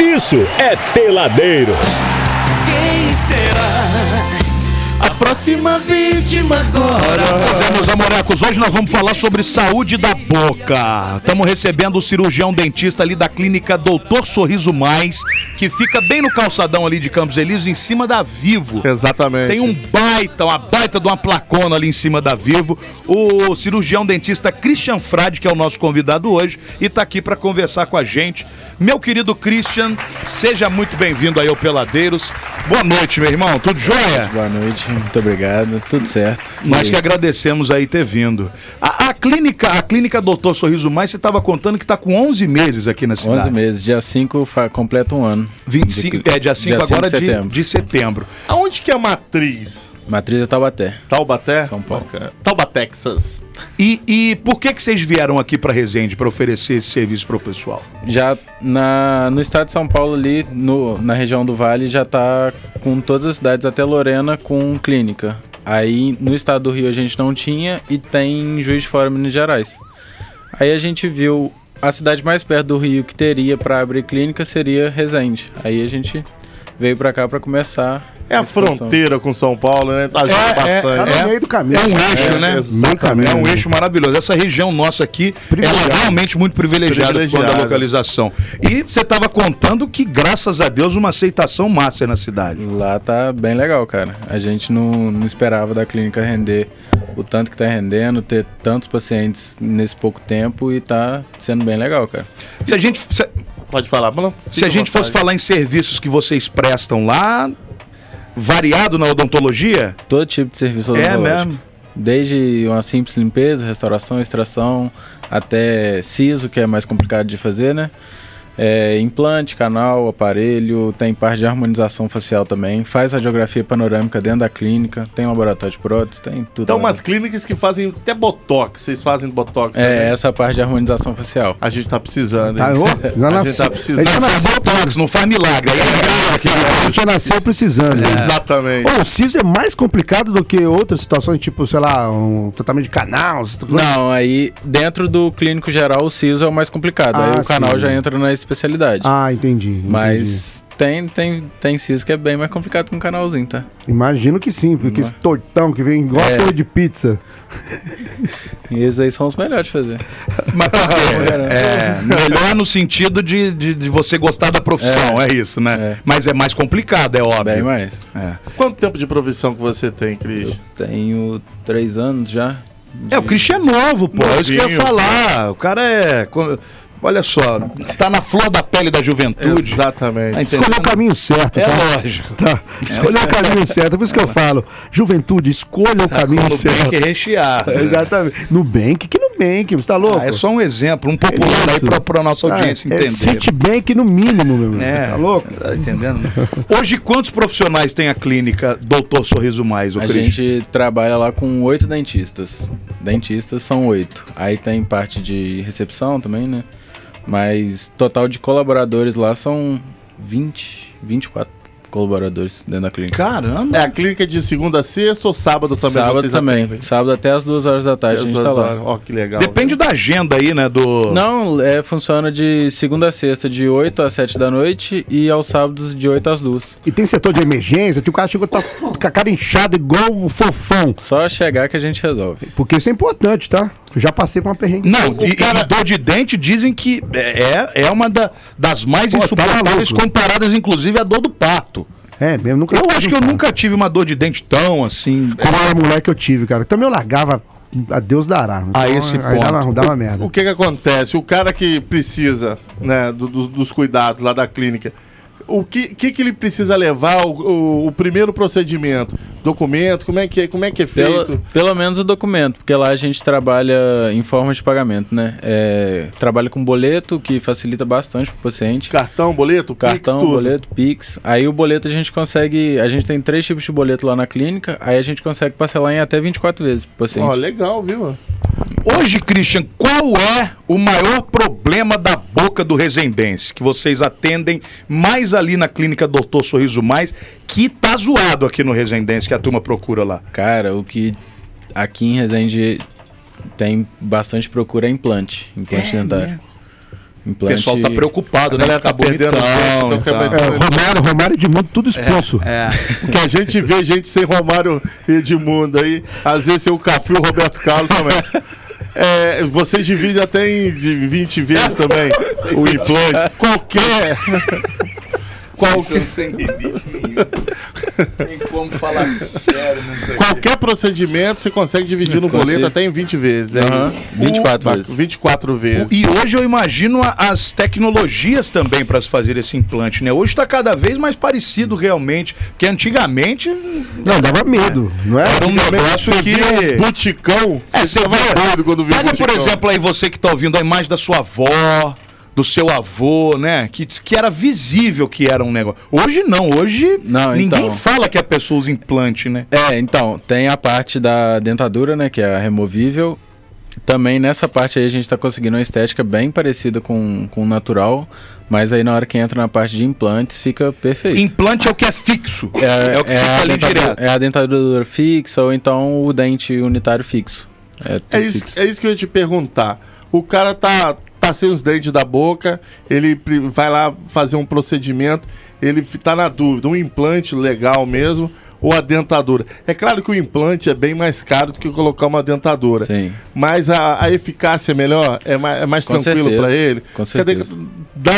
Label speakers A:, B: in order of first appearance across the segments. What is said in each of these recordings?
A: isso é peladeiro.
B: Quem será a próxima vítima agora?
C: Meus amorecos, hoje nós vamos falar sobre saúde da boca. Estamos recebendo o cirurgião dentista ali da clínica Doutor Sorriso Mais, que fica bem no calçadão ali de Campos Elíseos, em cima da Vivo.
D: Exatamente.
C: Tem um baita, uma baita de uma placona ali em cima da Vivo. O cirurgião dentista Christian Frade, que é o nosso convidado hoje, e tá aqui para conversar com a gente. Meu querido Christian, seja muito bem-vindo aí ao Peladeiros. Boa noite, meu irmão. Tudo jóia?
E: Boa noite, muito obrigado, tudo certo.
C: Nós
E: E
C: que agradecemos aí ter vindo. A, a clínica, a clínica Doutor Sorriso Mais, você estava contando que está com 11 meses aqui na
E: 11
C: cidade.
E: meses, dia 5 fa- completa um ano.
C: 25, é, dia 5 agora
E: de
C: de
E: setembro.
C: de setembro.
D: Aonde que é a matriz?
E: Matriz de Taubaté.
D: Taubaté?
E: São Paulo.
D: Bacana. Tauba, Texas.
C: E, e por que, que vocês vieram aqui para Resende para oferecer esse serviço para o pessoal?
E: Já na, no estado de São Paulo, ali no- na região do Vale, já tá com todas as cidades até Lorena com clínica. Aí no estado do Rio a gente não tinha e tem em Juiz de Fora, Minas Gerais. Aí a gente viu a cidade mais perto do Rio que teria para abrir clínica seria Resende. Aí a gente veio para cá para começar.
D: É a
E: expansão.
D: fronteira com São Paulo, né? Ajuda
C: É,
D: bastante.
F: Tá no
C: É.
F: meio do
C: É
F: caminho.
C: um eixo, né?
F: Meio caminho.
C: É um eixo maravilhoso. Essa região nossa aqui ela é
F: Privilegiada.
C: realmente muito privilegiada,
D: Privilegiada.
C: quanto à localização. E você estava contando que, graças a Deus, uma aceitação massa na cidade.
E: Lá tá bem legal, cara. A gente não, não esperava da clínica render o tanto que tá rendendo, ter tantos pacientes nesse pouco tempo e tá sendo bem legal, cara.
C: Se a gente, se,
D: Pode falar, Bruno.
C: se a gente fosse falar em serviços que vocês prestam lá, variado na odontologia,
E: Todo tipo de serviço
C: É
E: odontológico.
C: mesmo?
E: Desde uma simples limpeza, restauração, extração, até siso, que é mais complicado de fazer, né? É, implante, canal, aparelho, tem parte de harmonização facial também, faz radiografia panorâmica dentro da clínica, tem laboratório de prótese, tem tudo.
D: Então,
E: lá É,
D: umas
E: dentro.
D: clínicas que fazem até botox. Vocês fazem botox também?
E: É, essa parte de harmonização facial.
D: A gente tá precisando.
F: Tá,
D: hein?
F: ô, já
D: a gente
F: nasci-
D: tá precisando.
F: a gente
C: é botox, não faz milagre. Aí é aqui,
F: A gente já nasceu precisando. né?
C: É.
D: Exatamente.
F: Ô, o siso é mais complicado do que outras situações, tipo, sei lá, um tratamento de canal. essas coisas.
E: Não, aí dentro do clínico geral o SISO é o mais complicado.
F: Ah,
E: aí o canal
F: sim.
E: já entra na especialidade.
F: Ah, entendi. entendi.
E: Mas tem, tem, tem SISO que é bem mais complicado que um canalzinho, tá?
F: Imagino que sim, porque esse tortão que vem igual a
E: É.
F: torre de pizza.
E: E esses aí são os melhores de fazer.
C: Mas por quê? É, melhor no sentido de, de, de você gostar da profissão, é, isso, né?
E: É.
C: Mas é mais complicado, é óbvio.
E: Bem mais.
D: Quanto tempo de profissão que você tem, Cris?
E: Tenho três anos já.
C: É, o Christian é novo, pô. É isso que eu ia
D: Novinho.
C: falar. O cara é. co- Olha só, tá na flor da pele da juventude. Tá
D: Exatamente.
C: entendendo?
F: Escolheu o caminho certo,
C: É
F: tá?
C: lógico.
F: Tá. Escolheu o caminho certo. É por isso que eu falo, juventude, escolha o
C: Tá
F: caminho
C: Quando tem
F: certo.
C: que rechear.
F: Exatamente. Nubank? Que Nubank? Você tá louco?
C: Ah, é só um exemplo, um popular aí
F: isso.
C: pra, pra nossa audiência
F: Ah, é
C: entender.
F: Citibank no mínimo, meu irmão.
C: É.
F: Tá louco?
C: Tá entendendo? Hoje, quantos profissionais tem a clínica Doutor Sorriso Mais, o
E: A
C: Christian?
E: gente trabalha lá com oito dentistas. Dentistas são oito. Aí tem parte de recepção também, né? Mas total de colaboradores lá são 20, 24 colaboradores dentro da clínica.
C: Caramba!
D: É a clínica de segunda a sexta ou sábado também?
E: sábado
D: vocês
E: também.
D: atendem?
E: Sábado até as duas horas da tarde
D: Às
E: a gente
D: duas
E: tá lá.
D: horas. Ó, que legal.
C: Depende da agenda aí, né? Do...
E: Não, é, funciona de segunda a sexta, de 8 às 7 da noite e aos sábados de 8 às 2.
F: E tem setor de emergência, que o cara chegou tá com a cara inchada igual um fofão.
E: Só chegar que a gente resolve.
F: Porque isso é importante, tá? Eu já passei por uma perrengue.
C: Não,
D: O
C: e,
D: cara-
C: e dor de dente dizem que é, é uma da- das mais
F: Pô, tá
C: insuportáveis,
F: maluco.
C: comparadas inclusive à dor do pato.
F: É, mesmo, nunca
C: Eu acho que tá. eu
F: cara.
C: nunca tive uma dor de dente tão assim.
F: Quando eu era moleque eu tive, cara. Também eu largava a Deus dará. Então,
C: A esse
F: Aí
C: ponto.
F: dava, dava merda.
D: O que que acontece? O cara que precisa, né, do- do- dos cuidados lá da clínica, o que que, que ele precisa levar o, o- o primeiro procedimento? Documento, como é que é, como é, que é feito?
E: Pelo, pelo menos o documento, porque lá a gente trabalha em forma de pagamento, né? É, trabalha com boleto, que facilita bastante pro paciente.
D: Cartão, boleto,
E: Cartão,
D: tudo.
E: boleto, Pix. Aí o boleto a gente consegue. A gente tem três tipos de boleto lá na clínica, aí a gente consegue parcelar em até 24 vezes pro paciente.
D: Ó, legal, viu?
C: Hoje, Christian, qual é o maior problema da boca do resendense que vocês atendem mais ali na clínica Doutor Sorriso Mais, que tá zoado aqui no resendense que a turma procura lá?
E: Cara, o que aqui
D: É,
E: em Resende tem bastante procura é implante, implante é dentário.
C: O
E: Implante...
C: né? pessoal tá preocupado,
D: né, A
C: né?
D: galera tá perdendo tempo, então
C: e tal.
D: quebra-
F: É, Romário, Romário de mundo,
C: É,
F: tudo expulso.
D: Porque a gente vê gente sem Romário e Edmundo aí, às vezes sem o Cafu e o Roberto Carlos também. É, vocês dividem até em de 20 vezes também o implante. Qualquer. Qualquer,
G: sem um limite nenhum. Tem como falar sério, não sei o quê.
D: qualquer procedimento você consegue dividir no boleto até em 20 vezes. É
E: Aham.
D: isso.
E: 24
D: O-
E: vezes.
D: 24 vezes.
C: E hoje eu imagino a- as tecnologias também para se fazer esse implante, né? Hoje tá cada vez mais parecido realmente, porque antigamente né,
F: Não, dava medo, não é?
C: era um negócio que
D: via um buticão.
C: É, você vai
D: doido quando viu o
C: Pega, por
D: Buticão.
C: exemplo, aí você que tá ouvindo a imagem da sua avó, do seu avô, né? Que, que era visível que era um negócio. Hoje não, hoje
E: Não,
C: ninguém
E: então.
C: fala que a pessoa usa implante, né?
E: É, então, tem a parte da dentadura, né, que é a removível. Também nessa parte aí a gente tá conseguindo uma estética bem parecida com com o natural, mas aí na hora que entra na parte de implantes fica perfeito.
C: Implante é o que é fixo. É, o que
E: a
C: fica ali
E: dentadura-
C: direto.
E: é a dentadura fixa ou então o dente unitário fixo.
D: É
E: tudo
D: isso,
E: fixo.
D: é isso que eu ia te perguntar. O cara tá, tá sem os dentes da boca, ele pri- vai lá fazer um procedimento, ele fi- tá na dúvida, um implante legal mesmo ou a dentadura. É claro que o implante é bem mais caro do que colocar uma dentadura.
E: Sim.
D: Mas a, a eficácia é melhor, é mais, é mais
E: Com
D: tranquilo
E: certeza,
D: para ele.
E: com
D: Quer dizer,
E: certeza.
D: Dá,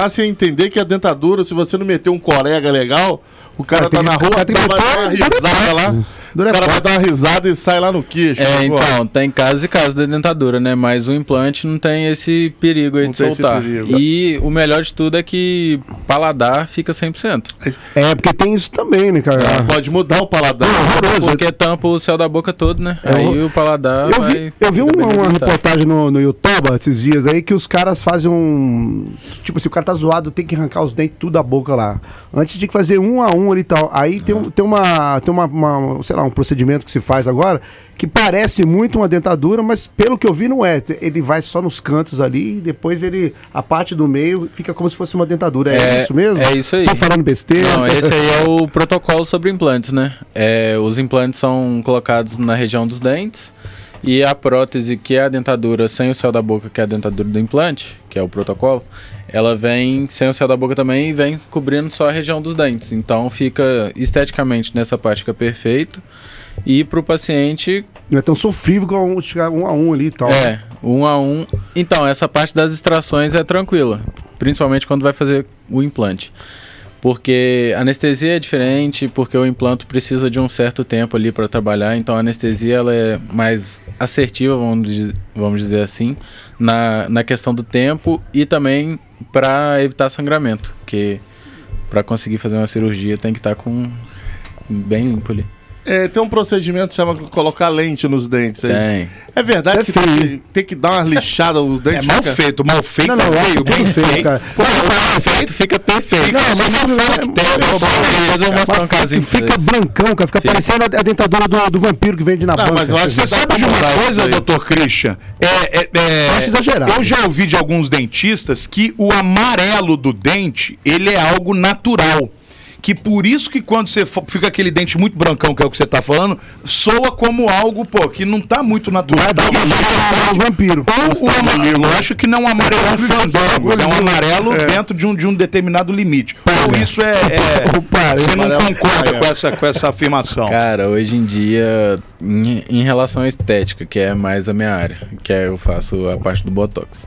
D: dá-se a entender que a dentadura, se você não meter um corega legal, o cara,
F: Cara, Ah, tem
D: tá na
F: que-
D: rua,
F: cara, tem que
D: vai
F: botar
D: dar uma
F: um
D: risada lá. O cara vai dar uma risada e sai lá no queixo.
E: É,
D: Pô,
E: então, tem casos e casos da dentadura, né? Mas o implante não tem esse perigo aí
D: Não
E: de
D: tem esse
E: soltar.
D: perigo.
E: E o melhor de tudo é que paladar fica 100%.
F: É, porque tem isso também, né, cara?
C: É.
D: Ela pode mudar o paladar.
F: É horroroso.
E: Porque tampa o céu da boca todo, né?
F: É,
E: aí
F: eu-
E: o paladar
F: Eu
E: vai...
F: vi, eu vi
E: fica
F: uma,
E: bem
F: uma
E: limitado.
F: reportagem no, no YouTube esses dias aí que os caras fazem um. Tipo assim, o cara tá zoado, tem que arrancar os dentes tudo da boca lá. Antes tinha que fazer um a um ali e tal. Aí tem,
E: É.
F: um- tem, uma, tem uma, uma- Sei lá, um procedimento que se faz agora que parece muito uma dentadura, mas pelo que eu vi não é. Ele vai só nos cantos ali e depois ele. A parte do meio fica como se fosse uma dentadura. É,
E: É,
F: isso mesmo?
E: é isso aí.
F: Tô falando besteira.
E: Não, esse aí é o protocolo sobre implantes, né? É, os implantes são colocados na região dos dentes e a prótese, que é a dentadura sem o céu da boca, que é a dentadura do implante, que é o protocolo, ela vem sem o céu da boca também e vem cobrindo só a região dos dentes. Então fica esteticamente nessa parte fica perfeito. E pro paciente,
F: Não é tão sofrível como um, chegar um a um ali e tal.
E: é, um a um. Então, essa parte das extrações é tranquila, principalmente quando vai fazer o implante. Porque a anestesia é diferente, porque o implante precisa de um certo tempo ali para trabalhar, então a anestesia ela é mais assertiva, vamos, diz- vamos dizer assim, na, na questão do tempo e também para evitar sangramento, porque para conseguir fazer uma cirurgia tem que estar com bem limpo ali.
D: É, tem um procedimento que chama colocar lente nos dentes. aí.
E: Tem.
D: É verdade
F: Isso é
D: que tem, que tem que dar uma lixada os
C: É
D: dentes.
C: mal
D: fica-
C: feito, mal feito,
F: Não, não, eu
C: é
F: acho
C: feio,
F: bem feio, cara.
C: Mal feito fica perfeito.
F: Não, é- mas sabe,
E: Depois
F: É
E: eu mostro um casinho
F: Fica,
E: pra
F: fica
E: vocês.
F: brancão, cara. Fica parecendo a a dentadura do, do vampiro que vende na
D: Não,
F: banca.
D: mas eu acho é
C: Você sabe de uma coisa, doutor Christian? É, é, é-
F: Eu acho exagerado.
C: Eu já ouvi de alguns dentistas que o amarelo do dente, ele é algo natural. Que por isso que quando você fo- fica aquele dente muito brancão, que é o que você tá falando, soa como algo, pô, que não tá muito natural.
F: Vai dar uma
E: é
F: dentadura do vampiro.
E: um
C: Ou o amarelo, eu acho que não é um amarelo fandango, é um amarelo dentro de um, de um determinado limite. Ou isso é. é-
F: Opa,
C: você não
D: amarelo
C: concorda
D: paga.
C: com essa, com essa afirmação.
E: Cara, hoje em dia, em, em relação à estética, que é mais a minha área, que é eu faço a parte do Botox.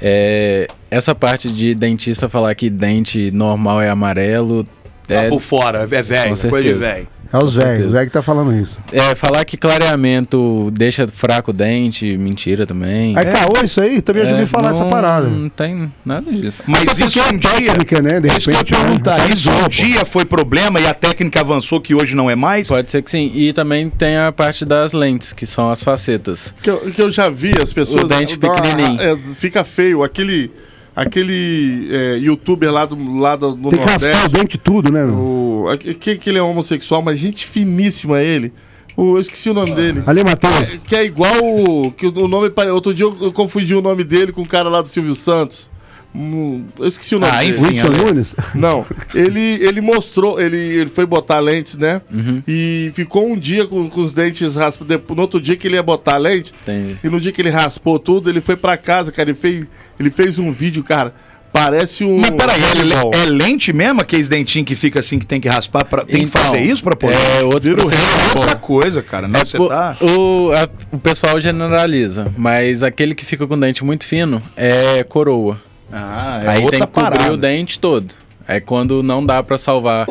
E: É, essa parte de dentista falar que dente normal é amarelo.
C: Tá
E: É,
C: por fora, é velho,
E: Com
C: coisa de
E: certeza.
C: velho.
F: É o Zé, o
E: certeza.
F: Zé que tá falando isso.
E: é, falar que clareamento deixa fraco o dente, mentira também.
F: Aí caô isso aí? Também já
E: É,
F: ouvi falar essa
E: não-
F: parada.
E: Não tem nada disso.
C: Mas isso um dia.
F: Técnica, né? De
C: É isso que eu ia
F: repente. né?
C: perguntar. Isso um dia foi problema e a técnica avançou que hoje não é mais?
E: Pode ser que sim. E também tem a parte das lentes, que são as facetas.
D: Que eu, que eu já vi as pessoas.
E: O dente
D: dá uma-
E: pequenininho.
D: é, fica feio. Aquele, aquele é, youtuber lá do, lá do, do
F: Tem que raspar o
D: Nordeste.
F: dente tudo, né? meu?
D: O, aque- que, que ele é homossexual, mas gente finíssima ele. O, eu esqueci o nome dele.
F: Ali, Matheus.
D: Que é igual o. Que o nome. pare- Outro dia eu, eu confundi o nome dele com o cara lá do Silvio Santos. hum, eu esqueci o nome
C: Ah,
D: dele.
C: enfim.
F: Wilson
C: Ale.
F: Nunes?
D: Não, ele, ele mostrou, ele, ele foi botar lentes, né? E ficou um dia com, com os dentes raspados. Depois- No outro dia que ele ia botar a lente,
E: Entendi.
D: e no dia que ele raspou tudo, ele foi pra casa, cara. Ele fez, ele fez um vídeo, cara. Parece um.
C: Mas peraí,
D: Hannibal.
C: é, é lente mesmo aqueles dentinhos que fica assim que tem que raspar? Pra, tem que
E: Então,
C: fazer isso pra poder?
E: É outro
D: Vira o
E: processo.
C: É outra coisa, cara. Não, você
E: O-
C: tá...
E: É, o, a- o pessoal generaliza, mas aquele que fica com dente muito fino é coroa.
C: Ah,
E: Aí tem que cobrir o dente todo. É quando não dá pra salvar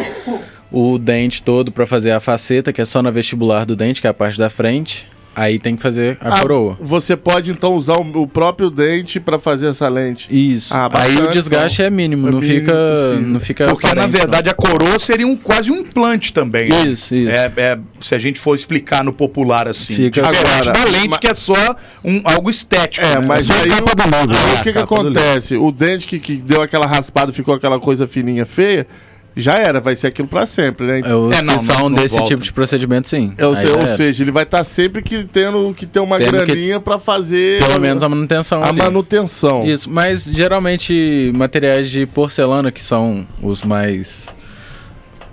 E: o dente todo pra fazer a faceta, que é só na vestibular do dente, que é a parte da frente. Aí tem que fazer a
D: Ah,
E: coroa.
D: Você pode então usar o, o próprio dente pra fazer essa lente.
E: Isso.
D: Ah,
E: aí
D: bacana,
E: o
C: então.
E: desgaste é mínimo,
D: É
E: não
D: mínimo
E: fica,
D: possível.
E: não fica.
C: Porque, na
E: aparente,
C: verdade, a coroa seria um, quase um implante também.
E: não.
C: né?
E: então. Isso, isso.
C: É, é, se a gente for explicar no popular assim.
E: Fica-
C: Diferente
D: Agora,
C: da lente,
D: mas-
C: que é só um, algo estético.
D: É,
C: né?
D: mas
C: Só
D: aí,
C: capa do mundo,
D: aí
C: né?
D: o que, que
C: Capa do livro.
D: acontece? O dente que, que deu aquela raspada, ficou aquela coisa fininha, feia, já era, vai ser aquilo pra sempre, né?
E: É, os
C: É, não,
E: que são
C: não- não
E: desse
C: volta.
E: tipo de procedimento, sim.
D: É, ou,
E: Aí
D: se- ou
E: já era.
D: seja, ele vai estar sempre que tendo que ter uma
E: Tendo que-
D: graninha pra fazer
E: Pelo menos a manutenção.
D: a
E: ali.
D: manutenção.
E: Isso, mas geralmente materiais de porcelana que são os mais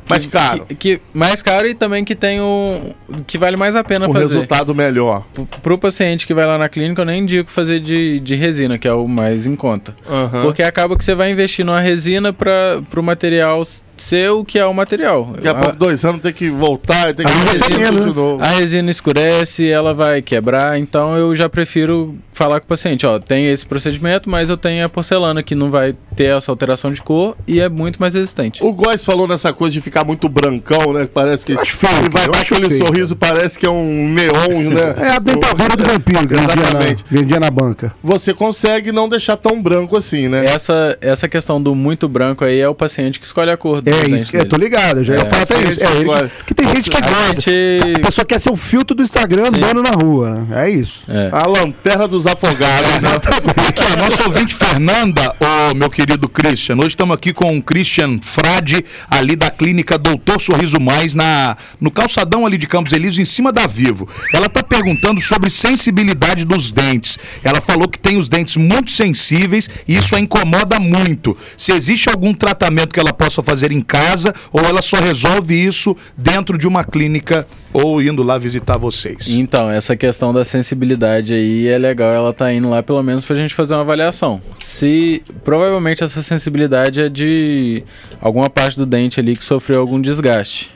D: Mas, cara,
E: que, que- mais caro e também que tem o que vale mais a pena
D: o
E: fazer.
D: resultado melhor.
E: P- Pro paciente que vai lá na clínica, eu nem indico fazer de, de resina, que é o mais em conta.
D: Aham.
E: Porque acaba que você vai investir numa resina para pro material s- ser o que é o material.
D: Daqui a pouco, dois anos, tem que voltar e tem que
E: Ah,
D: fazer
E: mas é
D: tudo
E: mesmo,
D: de novo.
E: A resina escurece, ela vai quebrar, então eu já prefiro falar com o paciente, ó, tem esse procedimento, mas eu tenho a porcelana que não vai ter essa alteração de cor e é muito mais resistente.
D: O Góes falou nessa coisa de ficar muito brancão, né? Parece que.
F: acho feio,
D: ele vai
F: eu
D: com
F: acho
D: aquele
F: feio,
D: sorriso, parece que é um neon, né?
F: É a dentadura do vampiro que vendia na,
D: Exatamente.
F: vendia na banca.
D: Você consegue não deixar tão branco assim, né?
E: Essa, essa questão do muito branco aí é o paciente que escolhe a cor do
F: É
E: dente
F: isso, eu
E: dele.
F: tô ligado, eu já ia falar até
D: sim,
F: isso. É, ele-
D: agora-
F: que tem gente que
E: A
F: gosta.
E: gente-
F: A pessoa quer ser o filtro do Instagram andando na rua, né? É isso.
E: É.
D: A lanterna dos afogados, né?
C: Aqui, nosso ouvinte Fernanda, ô meu querido Christian, hoje estamos aqui com o Christian Frade, ali da clínica Doutor Sorriso Mais, na, no calçadão ali de Campos Elíseos, em cima da Vivo. Ela está perguntando sobre sensibilidade dos dentes. Ela falou que tem os dentes muito sensíveis e isso a incomoda muito. Se existe algum tratamento que ela possa fazer em casa ou ela só resolve isso dentro de uma clínica ou indo lá visitar vocês.
E: Então, essa questão da sensibilidade aí é legal, ela tá indo lá pelo menos pra gente fazer uma avaliação. Se provavelmente essa sensibilidade é de alguma parte do dente ali que sofreu algum desgaste.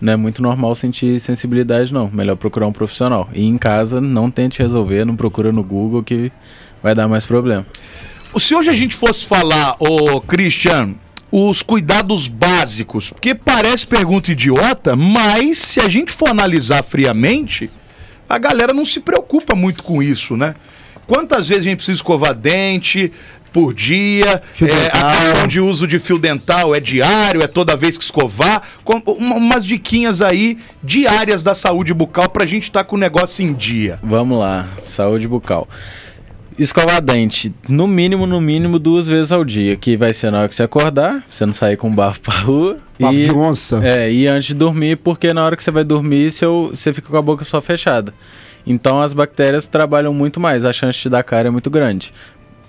E: Não é muito normal sentir sensibilidade, não. Melhor procurar um profissional. E em casa, não tente resolver, não procura no Google que vai dar mais problema.
C: Se hoje a gente fosse falar, ô Christian, os cuidados básicos, porque parece pergunta idiota, mas se a gente for analisar friamente, a galera não se preocupa muito com isso, né? Quantas vezes a gente precisa escovar dente por dia?
F: Fio
C: É, a
F: dental.
C: questão de uso de fio dental é diário, é toda vez que escovar? Com- uma- umas diquinhas aí diárias da saúde bucal pra gente estar com o negócio em dia.
E: Vamos lá, saúde bucal. Escovar dente, no mínimo, no mínimo, duas vezes ao dia, que vai ser na hora que você acordar, pra você não sair com um bafo pra rua.
F: Papo
E: e,
F: de onça.
E: É, e antes de dormir, porque na hora que você vai dormir, seu, você fica com a boca só fechada. Então as bactérias trabalham muito mais, a chance de dar cara é muito grande.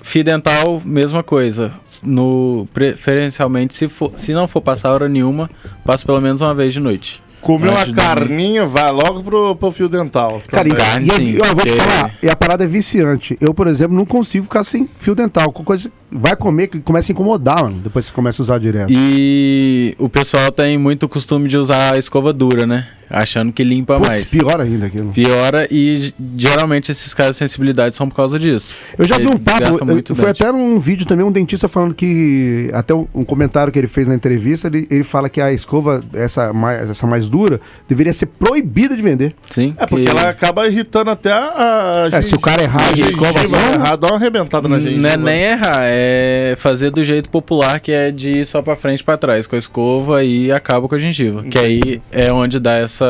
E: Fio dental, mesma coisa. No, preferencialmente, se, for, se não for passar hora nenhuma, passa pelo menos uma vez de noite.
D: Comeu
E: Antes
D: uma
E: de dormir.
D: carninha, vai logo pro, pro fio dental.
F: Cara, e,
E: Também.
F: e é vi-
E: Sim,
F: ó, eu vou te
E: porque-
F: falar, e a parada é viciante. Eu, por exemplo, não consigo ficar sem fio dental. Qualquer Coisa, vai comer que começa a incomodar, mano. Depois que você começa a usar direto.
E: E o pessoal tem muito costume de usar a escova dura, né? Achando que limpa
F: Putz,
E: mais.
F: pior ainda aquilo.
E: Piora e g- geralmente esses caras de sensibilidade são por causa disso.
F: Eu já vi
E: Ele
F: um papo,
E: desgasta
F: eu-
E: muito o
F: foi
E: dente.
F: até num vídeo também, um dentista falando que. Até um, um comentário que ele fez na entrevista, ele, ele fala que a escova, essa mais, essa mais dura, deveria ser proibida de vender.
E: Sim,
D: É porque
E: que-
D: ela acaba irritando até a. a
F: É, se o cara errar,
D: a
F: ele escova
D: gengiva,
F: assim.
D: errar, dá uma arrebentada na gente. né,
E: Não é nem errar, é fazer do jeito popular, que é de ir só pra frente e pra trás com a escova e acaba com a gengiva. Que aí é onde dá essa.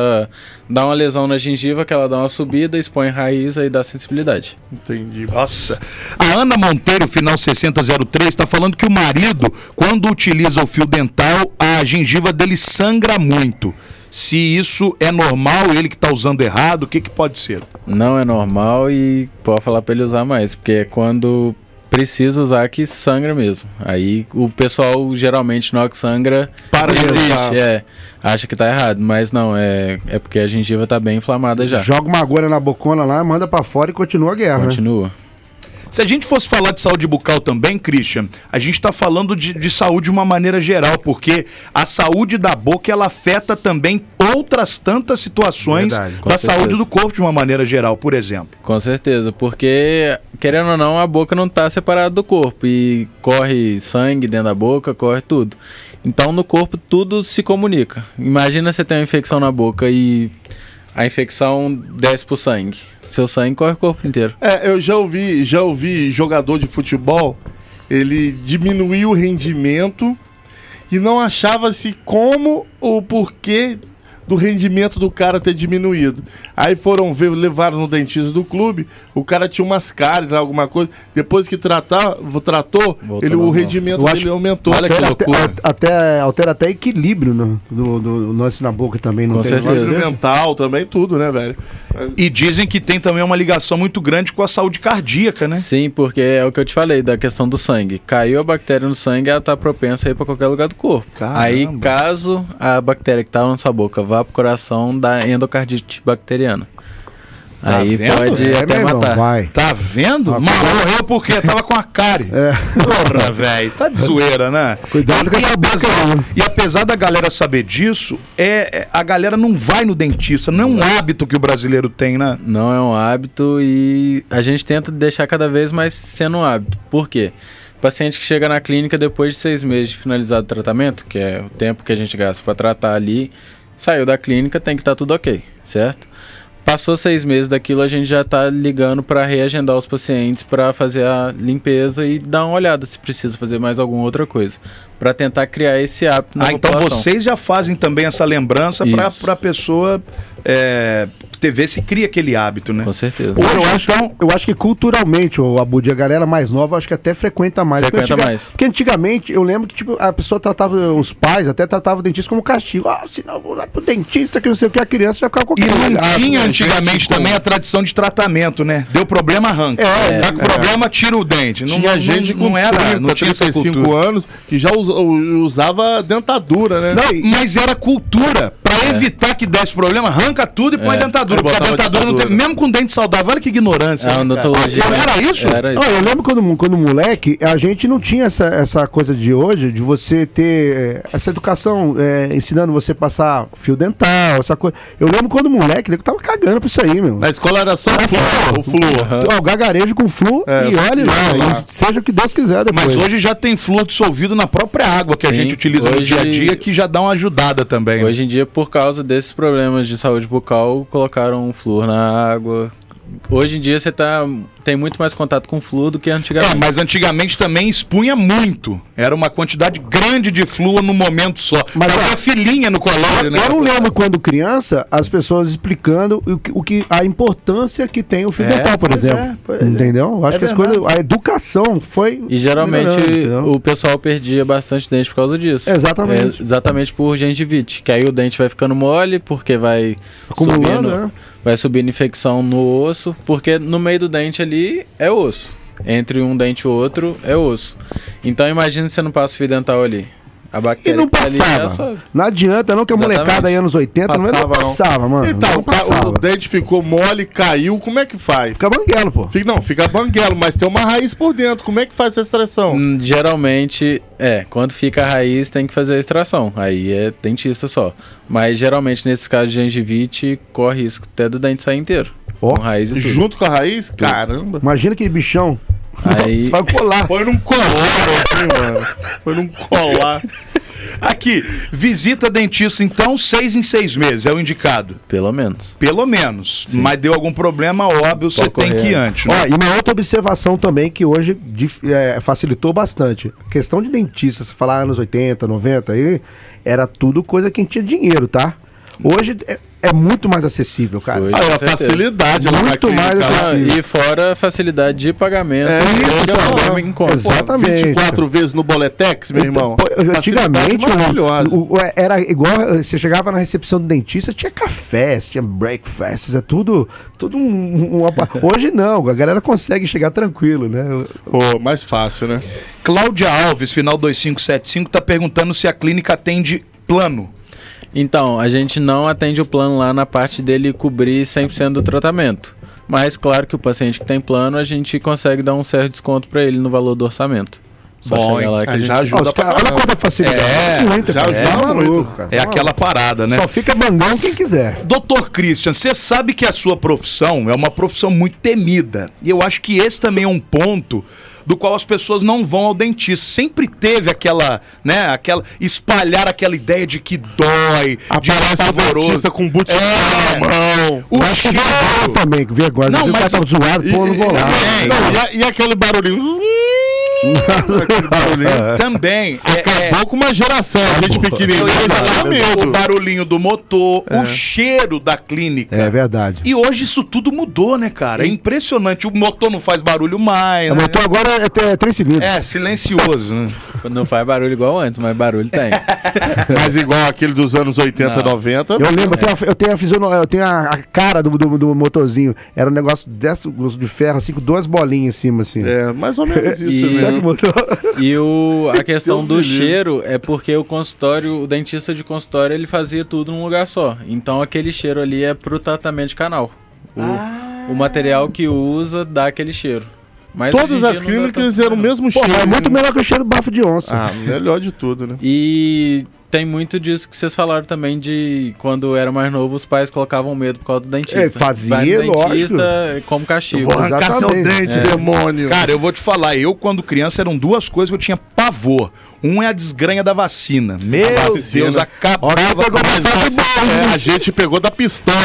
E: dá uma lesão na gengiva, que ela dá uma subida, expõe raiz aí dá sensibilidade.
D: Entendi.
C: Nossa. A Ana Monteiro, final 6003, está tá falando que o marido, quando utiliza o fio dental, a gengiva dele sangra muito. Se isso é normal, ele que está usando errado, o que, que pode ser?
E: Não é normal e pode falar pra ele usar mais, porque é quando precisa usar que sangra mesmo. Aí o pessoal geralmente na hora que sangra
D: Para de usar.
E: existe, é, acha que tá errado, mas não, é, é porque a gengiva tá bem inflamada já.
F: Joga uma agulha na bocona lá, manda pra fora e continua a guerra, né?
E: Continua.
C: Se a gente fosse falar de saúde bucal também, Christian, a gente está falando de, de saúde de uma maneira geral, porque a saúde da boca ela afeta também outras tantas situações
F: Verdade,
E: com
C: da
E: certeza.
C: saúde do corpo de uma maneira geral, por exemplo.
E: Com certeza, porque querendo ou não, a boca não tá separada do corpo e corre sangue dentro da boca, corre tudo. Então no corpo tudo se comunica. Imagina você tem uma infecção na boca e a infecção desce pro sangue. Seu sangue corre o corpo inteiro.
D: É, eu já ouvi, já ouvi jogador de futebol, ele diminuiu o rendimento e não achava-se como ou porquê do rendimento do cara ter diminuído. Aí foram ver, levaram no dentista do clube, o cara tinha umas cáries, alguma coisa. Depois que tratar, tratou,
E: Voltou
D: ele, o
E: normal.
D: rendimento
F: Eu acho-
D: dele aumentou.
E: Olha que
F: Altera até,
E: loucura.
F: a- até- altera até equilíbrio no, do, do lance na boca também, não
E: Com
F: tem
E: certeza.
F: negócio desse?
D: mental também, tudo, né, velho?
C: E dizem que tem também uma ligação muito grande com a saúde cardíaca, né?
E: Sim, porque é o que eu te falei da questão do sangue. Caiu a bactéria no sangue, ela tá propensa a ir pra qualquer lugar do corpo.
C: Caramba.
E: Aí, caso a bactéria que tá na sua boca vá pro coração, dá endocardite bacteriana.
C: Tá
E: Aí
C: vendo?
E: pode
F: É,
E: até
F: meu irmão,
E: matar.
F: vai.
C: Tá vendo? Mas morreu porque tava com a cárie. Porra, velho. Tá de zoeira, né?
F: É. Cuidado com
C: E
F: essa boca,
C: apesar-
F: não.
C: E apesar da galera saber disso, é, é- a galera não vai no dentista. Não é um hábito que o brasileiro tem, né?
E: Não é um hábito e a gente tenta deixar cada vez mais sendo um hábito. Por quê? Paciente que chega na clínica depois de seis meses de finalizado o tratamento, que é o tempo que a gente gasta para tratar ali, saiu da clínica, tem que estar tudo ok, certo? Passou seis meses daquilo, a gente já está ligando para reagendar os pacientes para fazer a limpeza e dar uma olhada se precisa fazer mais alguma outra coisa, para tentar criar esse hábito na
C: Ah, então
E: população.
C: vocês já fazem também essa lembrança pra,
E: Isso.
C: pra pessoa é, ter- ver se cria aquele hábito, né?
E: Com certeza.
C: Hoje,
F: eu acho,
C: então-
F: eu acho que culturalmente, o Abud, a galera mais nova, eu acho que até frequenta mais. Porque
E: Frequenta
F: antiga-
E: mais.
F: Porque antigamente, eu lembro que tipo, a pessoa tratava, os pais até tratavam o dentista como castigo. Ah, se não, vou lá pro dentista, que não sei o que, a criança já ficava com
C: E
F: aquele
C: não
F: olhar,
C: tinha
F: né?
C: antigamente também a tradição de tratamento, né? Deu problema, arranca.
F: É,
C: Tá com problema, tira o dente. Não,
D: tinha
C: não-
D: gente com
C: não era, não tinha essa
D: 35
C: cultura.
D: anos que já usa- usava dentadura, né?
C: Não, mas era cultura. Pra evitar que desse problema, arranca tudo e põe dentadura.
D: Aí
C: Porque a
D: botava
C: dentadura não tem.
D: ditadura.
C: Mesmo com dente saudável, olha que ignorância.
E: É A odontologia.
C: Ah, era isso?
E: Era isso.
F: Ó, eu lembro quando, quando moleque, a gente não tinha essa, essa coisa de hoje, de você ter eh, essa educação eh, ensinando você a passar fio dental, essa coisa. Eu lembro quando moleque, eu tava cagando pra isso aí, meu.
D: Na escola era só o flúor. O flúor.
F: Ó, o gagarejo com flu
C: É,
F: e olhe lá, e seja o que Deus quiser depois.
C: né? Mas hoje né, já tem flúor dissolvido na própria água que a
E: Sim,
C: gente utiliza no
E: hoje-
C: dia a dia, que já dá uma ajudada também. né?
E: Hoje em dia, por causa desses problemas de saúde bucal, colocaram um flúor na água. Hoje em dia você tá, tem muito mais contato com flúor do que antigamente.
C: É, mas antigamente também expunha muito. Era uma quantidade grande de flúor no momento só.
F: Mas,
C: Mas a filhinha no colégio, né?
F: Eu não lembro quando criança, as pessoas explicando o que, o que- a importância que tem o fio dental, por
C: pois
F: exemplo.
C: é, pois é.
F: entendeu? Eu Acho que as coisas. A educação foi.
E: E geralmente
F: melhorando, entendeu?
E: o pessoal perdia bastante dente por causa disso.
F: Exatamente.
E: É, exatamente por gengivite, que aí o dente vai ficando mole porque vai
F: Acumulando,
E: subindo,
F: né?
E: vai subindo infecção no osso, porque no meio do dente ali é osso. Entre um dente e outro é osso. Então imagina se você não passa o fio dental ali. A
F: E
E: bactéria
F: não
E: que tá ali já
F: passava.
E: sobe.
F: Não adianta, não, que a
E: Exatamente.
F: molecada aí anos 80 não, não
D: é Passava, não.
F: passava, mano.
D: Então,
F: não
D: o ca-
F: passava.
D: o dente ficou mole, caiu, como é que faz?
F: Fica banguelo, pô.
D: Fica, não, fica banguelo, mas tem uma raiz por dentro, como é que faz essa extração?
E: Hum, Geralmente, é, quando fica a raiz tem que fazer a extração. Aí é dentista só. Mas geralmente, nesse caso de gengivite, corre risco até do dente sair inteiro.
F: Ó,
E: com raiz e tudo.
D: Junto com a raiz? Caramba.
F: Imagina aquele bichão.
E: Aí,
F: Você vai colar.
D: Foi num colar assim, mano. Foi num colar.
C: Aqui, visita dentista, então, seis em seis meses, é o indicado.
E: pelo menos.
C: Pelo menos. Mas deu algum problema, óbvio, você tem
E: correr.
C: que ir antes. né?
F: Ó, e uma outra observação também que hoje dif- é, facilitou bastante. A questão de dentista, se falar anos 80, 90, aí, era tudo coisa que tinha dinheiro, tá? Hoje, é, é muito mais acessível, cara.
E: Hoje,
D: Ah, é
E: com
D: a
E: certeza.
D: facilidade lá
F: Muito
D: na
F: mais
D: clínica, né?
F: acessível.
E: E fora a facilidade de pagamento.
D: É isso,
E: que é o
D: então.
E: problema que encontra.
F: Exatamente.
D: 24 vezes no Boletex, meu irmão.
F: Pô,
C: Tá
F: antigamente,
D: Facilidade
F: meu irmão,
D: maravilhosa.
F: o- o- era igual. eh, Você chegava na recepção do dentista, tinha café, tinha breakfast, é tudo. tudo um, um- uma pa- Hoje não, a galera consegue chegar tranquilo, né?
D: Pô, mais fácil, né?
C: Cláudia Alves, final 2575, tá perguntando se a clínica atende plano.
E: Então, a gente não atende o plano lá na parte dele cobrir 100% do tratamento. Mas claro que o paciente que tem plano, a gente consegue dar um certo desconto pra ele no valor do orçamento. Só
C: Bom,
E: chegar lá que a
D: Aí
E: gente...
D: já
F: Ó,
D: ajuda
F: os
D: pra
F: caras- olha
D: caramba.
F: quanta facilidade.
C: É,
F: muito,
D: já
F: cara.
D: ajuda
F: é
D: muito.
F: maluco, cara.
C: É aquela parada, né?
F: Só fica bandão quem quiser.
C: Doutor Christian, você sabe que a sua profissão é uma profissão muito temida. E eu acho que esse também é um ponto do qual as pessoas não vão ao dentista. Sempre teve aquela, né, aquela espalhar aquela ideia de que dói, de
D: Aparece o dentista com um butinão
C: É.
D: na mão.
C: O
F: Mas
C: cheiro.
F: vergonha também, com vergonha.
C: Não,
F: Não, mas... O
C: mas
F: cara tá
C: o-
F: zoado, pô, não vou lá.
C: também.
D: Não, e, a- e aquele barulhinho. aquele barulhinho.
C: Também é, é,
D: Acabou com uma geração, gente pequenininha.
C: eu ia
D: dá
C: falar, o
D: né? medo.
C: barulhinho do motor, o cheiro da clínica.
F: É verdade.
C: E hoje isso tudo mudou, né, cara? É impressionante. O motor não faz barulho mais.
F: O
C: né?
F: motor agora é até 3 cilindros.
C: É, silencioso, né?
E: Não faz barulho igual antes, mas barulho tem.
D: Mas igual aquele dos anos 80,
E: Não.
D: 90.
F: Eu lembro, eu tenho, a, eu tenho, a, fisiono- eu tenho a, a cara do, do, do motorzinho. Era um negócio desse grosso de ferro, assim, com duas bolinhas em cima, assim.
D: É, mais ou menos isso
E: E-
D: mesmo.
F: Sabe o motor?
E: E o, a questão
D: Deus
E: do
D: me livre.
E: cheiro é porque o consultório, o dentista de consultório, ele fazia tudo num lugar só. Então aquele cheiro ali é pro tratamento de canal. O, o material que usa dá aquele cheiro. Mas
D: Todas
E: é hoje em dia não
D: as
E: dá
D: clínicas
E: tanto
D: eram o
E: cheiro, não.
D: mesmo
F: Pô,
D: Um cheiro. né?
F: mas é muito melhor que o cheiro do bafo de onça.
D: Ah, melhor de tudo, né?
E: E tem muito disso que vocês falaram também de quando era mais novo, os pais colocavam medo por causa do dentista.
F: É, fazia,
E: Vai no
F: lógico.
E: dentista como castigo.
F: Eu vou arrancar Exatamente. seu
D: dente, demônio.
C: Cara, eu vou te falar, eu quando criança eram duas coisas que eu tinha pavor. Um é a desgranha da vacina. Meu
D: vacina.
C: Deus, acabava com
D: Mas
C: a
D: você- é, a gente pegou da pistola.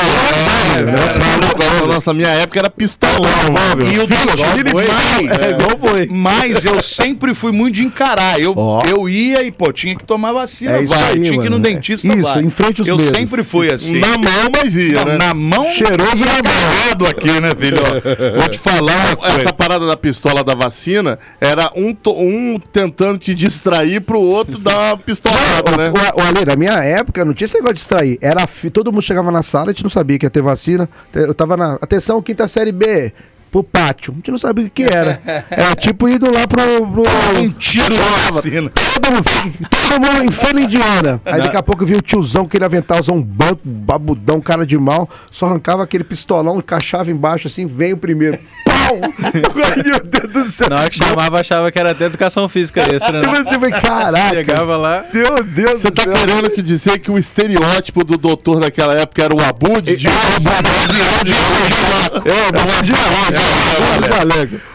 D: É, é, Nossa, minha época era pistolão. né? velho.
C: E o negócio mais,
F: É, igual boi.
C: mas eu sempre fui muito de encarar. Eu,
F: Ó.
C: eu ia e, pô, tinha que tomar vacina,
F: É isso
C: vai.
F: aí,
C: tinha que ir no
F: mano.
C: dentista,
F: Isso,
C: vai.
F: em frente aos
C: Eu
F: medos.
C: sempre fui assim.
D: um Na mão, mas ia, né?
C: na mão,
F: Cheiroso
C: e
F: na mão.
C: agarrado aqui, né, filho? Ó, Vou te falar uma
D: Essa
C: coisa.
D: parada da pistola da vacina era um, to- um tentando te distrair pro outro dar uma pistolada, né?
F: O, o, Ale, na minha época não tinha esse negócio de distrair. Era fi- todo mundo chegava na sala, a gente não sabia que ia ter vacina. Eu tava na. Atenção, quinta série B, pro pátio. A gente não sabia o que era. Era tipo indo lá pro. pro-
C: Um tiro na vacina.
F: Todo mundo, todo mundo em fila indiana. Aí daqui a pouco eu vi o tiozão, aquele aventalzão banco, babudão, cara de mal, só arrancava aquele pistolão, encaixava embaixo assim, vem o primeiro. Pau! Ai, Meu Deus do céu!
E: Na hora que chamava, achava que era até educação física extra.
F: Tipo
E: Né?
F: assim, eu falei, caraca!
E: Chegava lá.
F: Meu Deus
D: Você tá querendo que dizer que o estereótipo do doutor naquela época era o abude? De...
F: É,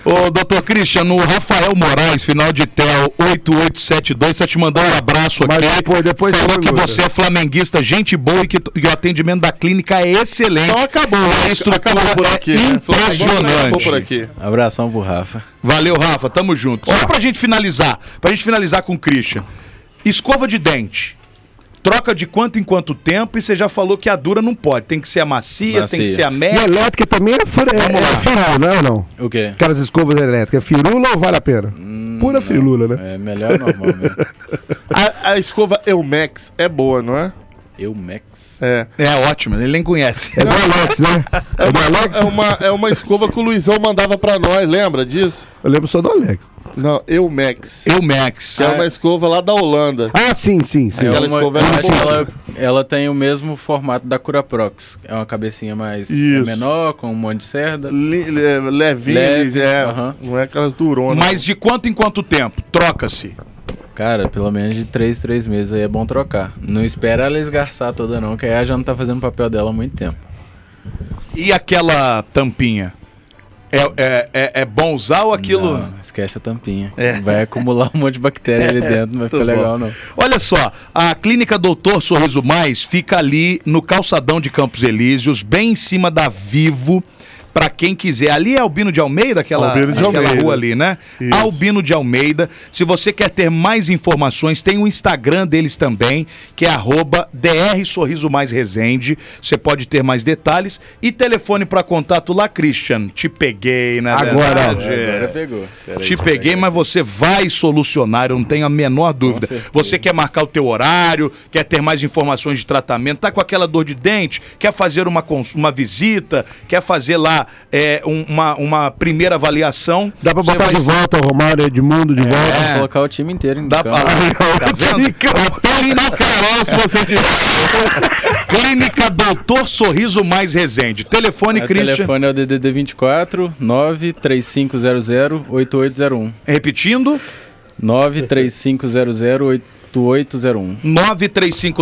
C: Ô, doutor Christian, o Rafael Moraes, final de TEL 8872, tá te mandando um abraço aqui.
F: Mas depois- depois
C: Falou
F: você
C: que
F: pergunta.
C: você é flamenguista, gente boa e que, t- que o atendimento da clínica é excelente.
D: Então acabou.
C: A estrutura
D: Acabou por aqui.
C: é
D: né? Acabou
C: impressionante.
D: por aqui.
E: Abração pro Rafa.
C: Valeu, Rafa, tamo junto. Só pra gente finalizar, pra gente finalizar com o Christian. Escova de dente. Troca de quanto em quanto tempo e você já falou que a dura não pode. Tem que ser a macia, tem
E: Macia.
C: que ser a
F: E
C: média.
F: elétrica também é, fir- é, é firula, não é não?
E: O quê?
F: Aquelas escovas elétricas, firula ou vale a pena? Pura firula, né?
E: É melhor normal mesmo.
D: A, a escova Eumex é boa, não é?
E: Eu, Max.
D: É.
C: É ótimo, ele nem conhece.
F: É do Alex, né? É do Alex?
D: É uma, é uma escova que o Luizão mandava pra nós, lembra disso?
F: Eu lembro só do Alex.
D: Não, Eumex.
C: Eu, Max.
D: É uma escova lá da Holanda.
F: Ah, sim, sim, sim.
E: É
D: Aquela
E: uma-
D: escova
E: eu
D: era
E: acho
D: boa.
E: que ela, ela tem o mesmo formato da Curaprox. É uma cabecinha mais
D: Isso.
E: menor, com um monte de cerda.
D: Le, le, levinhas,
E: Leve,
D: é.
E: aham.
D: Não é aquelas duronas.
C: Mas de quanto em quanto tempo? Troca-se.
E: Cara, pelo menos de 3, 3 meses aí é bom trocar. Não espera ela esgarçar toda não, que aí ela já não tá fazendo o papel dela há muito tempo.
C: E aquela tampinha? É, é, é, é bom usar ou aquilo.
E: Não, esquece a tampinha. Vai acumular um monte de bactéria ali dentro, não vai ficar
C: Muito
E: legal
C: É. bom.
E: não.
C: Olha só, a Clínica Doutor Sorriso Mais fica ali no calçadão de Campos Elíseos, bem em cima da Vivo. Pra quem quiser. Ali é Albino de Almeida, aquela,
D: Albino de
C: aquela
D: Almeida.
C: rua ali, né?
D: Isso.
C: Albino de Almeida. Se você quer ter mais informações, tem o Instagram deles também, que é arroba DR Sorriso Mais Resende. Você pode ter mais detalhes. E telefone pra contato lá, Christian. Te peguei, né?
F: Agora.
E: Agora pegou. Peraí.
C: Te peguei, mas você vai solucionar, eu não tenho a menor dúvida. Você quer marcar o teu horário, quer ter mais informações de tratamento, tá com aquela dor de dente, quer fazer uma, cons- uma visita, quer fazer lá é, um- uma, uma primeira avaliação.
F: Dá pra
C: você
F: botar
C: vai-
F: de volta o Romário, Edmundo de volta.
E: Vamos colocar o time inteiro em
C: É. Dá pra...
E: campo.
C: Tá vendo?
D: Na Carol, se você quiser.
C: Clínica Doutor Sorriso Mais Resende. Telefone,
E: O
C: Christian.
E: telefone é o DDD 24 93500 8801.
C: Repetindo,
E: 93500 8801.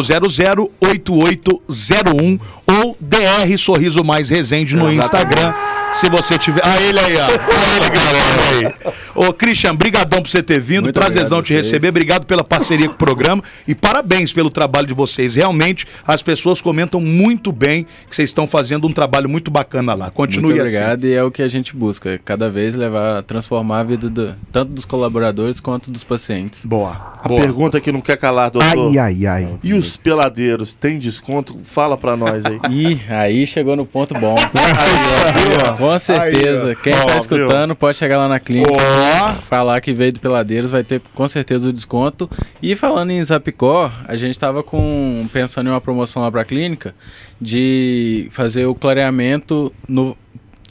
C: 935008801 ou DR Sorriso Mais Resende no Instagram. Se você tiver. Ah, ele aí, ó. Ah, ele, galera, aí. Ô, Christian, brigadão por você ter vindo.
E: Muito
C: Prazerzão
E: obrigado a
C: te
E: vocês.
C: receber. Obrigado pela parceria com o programa e parabéns pelo trabalho de vocês. Realmente, as pessoas comentam muito bem que vocês estão fazendo um trabalho muito bacana lá. Continue
E: Muito
C: assim.
E: obrigado e é o que a gente busca, cada vez levar, transformar a vida do- tanto dos colaboradores quanto dos pacientes.
F: Boa.
D: A pergunta que não quer calar, doutor.
F: Ai, ai, ai.
D: E os peladeiros, tem desconto? Fala pra nós aí.
E: Ih, aí chegou no ponto bom. Com certeza. Quem
D: Ó,
E: tá
D: viu?
E: escutando pode chegar lá na clínica,
C: Ó.
E: falar que veio do Peladeiros, vai ter com certeza o desconto. E falando em Zapicó, a gente tava com pensando em uma promoção lá pra clínica de fazer o clareamento no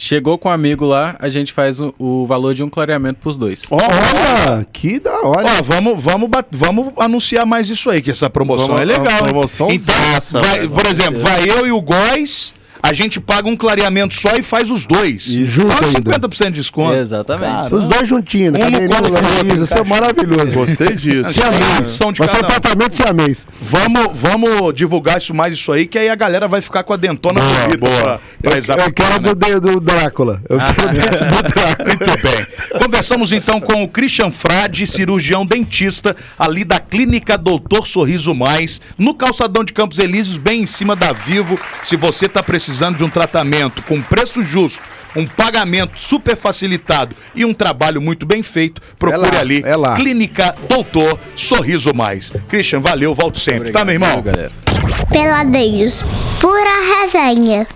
E: Chegou com um amigo lá, a gente faz o, o valor de um clareamento pros dois.
F: Olha, que da hora.
C: Ó, vamos, vamos, bat- vamos anunciar mais isso aí, que essa promoção
D: Vamos-
C: é legal.
D: uma
C: hein?
D: promoção
C: então,
D: zaça,
C: vai-
D: velho,
C: Por exemplo, vai eu e o Góis, a gente paga um clareamento só e faz os dois.
F: junto
C: Quase
F: ainda.
C: 50% de desconto.
E: Exatamente.
F: Os dois juntinhos, né?
C: Um
F: Cadeirinha
C: cola com o outro,
F: Isso é maravilhoso.
D: Gostei disso.
F: Siamês.
C: São de
F: Vai ser um
C: cada um.
F: tratamento siamês.
C: Vamos, vamos divulgar isso mais isso aí, que aí a galera vai ficar com a dentona boa, pra, pra
F: Eu
C: exabicar,
F: quero
C: né?
F: do, do, do Drácula. Eu
C: Ah,
F: quero do, do Drácula.
C: Muito bem. Conversamos então com o Christian Frade, cirurgião dentista, ali da Clínica Doutor Sorriso Mais, no calçadão de Campos Elíseos, bem em cima da Vivo. Se você está precisando de um tratamento com preço justo, um pagamento super facilitado e um trabalho muito bem feito, procure
F: É lá,
C: ali.
F: é lá.
C: Clínica Doutor Sorriso Mais. Christian, valeu, volto sempre, tá, meu irmão?
E: Galera.
H: Peladeiros, pura resenha.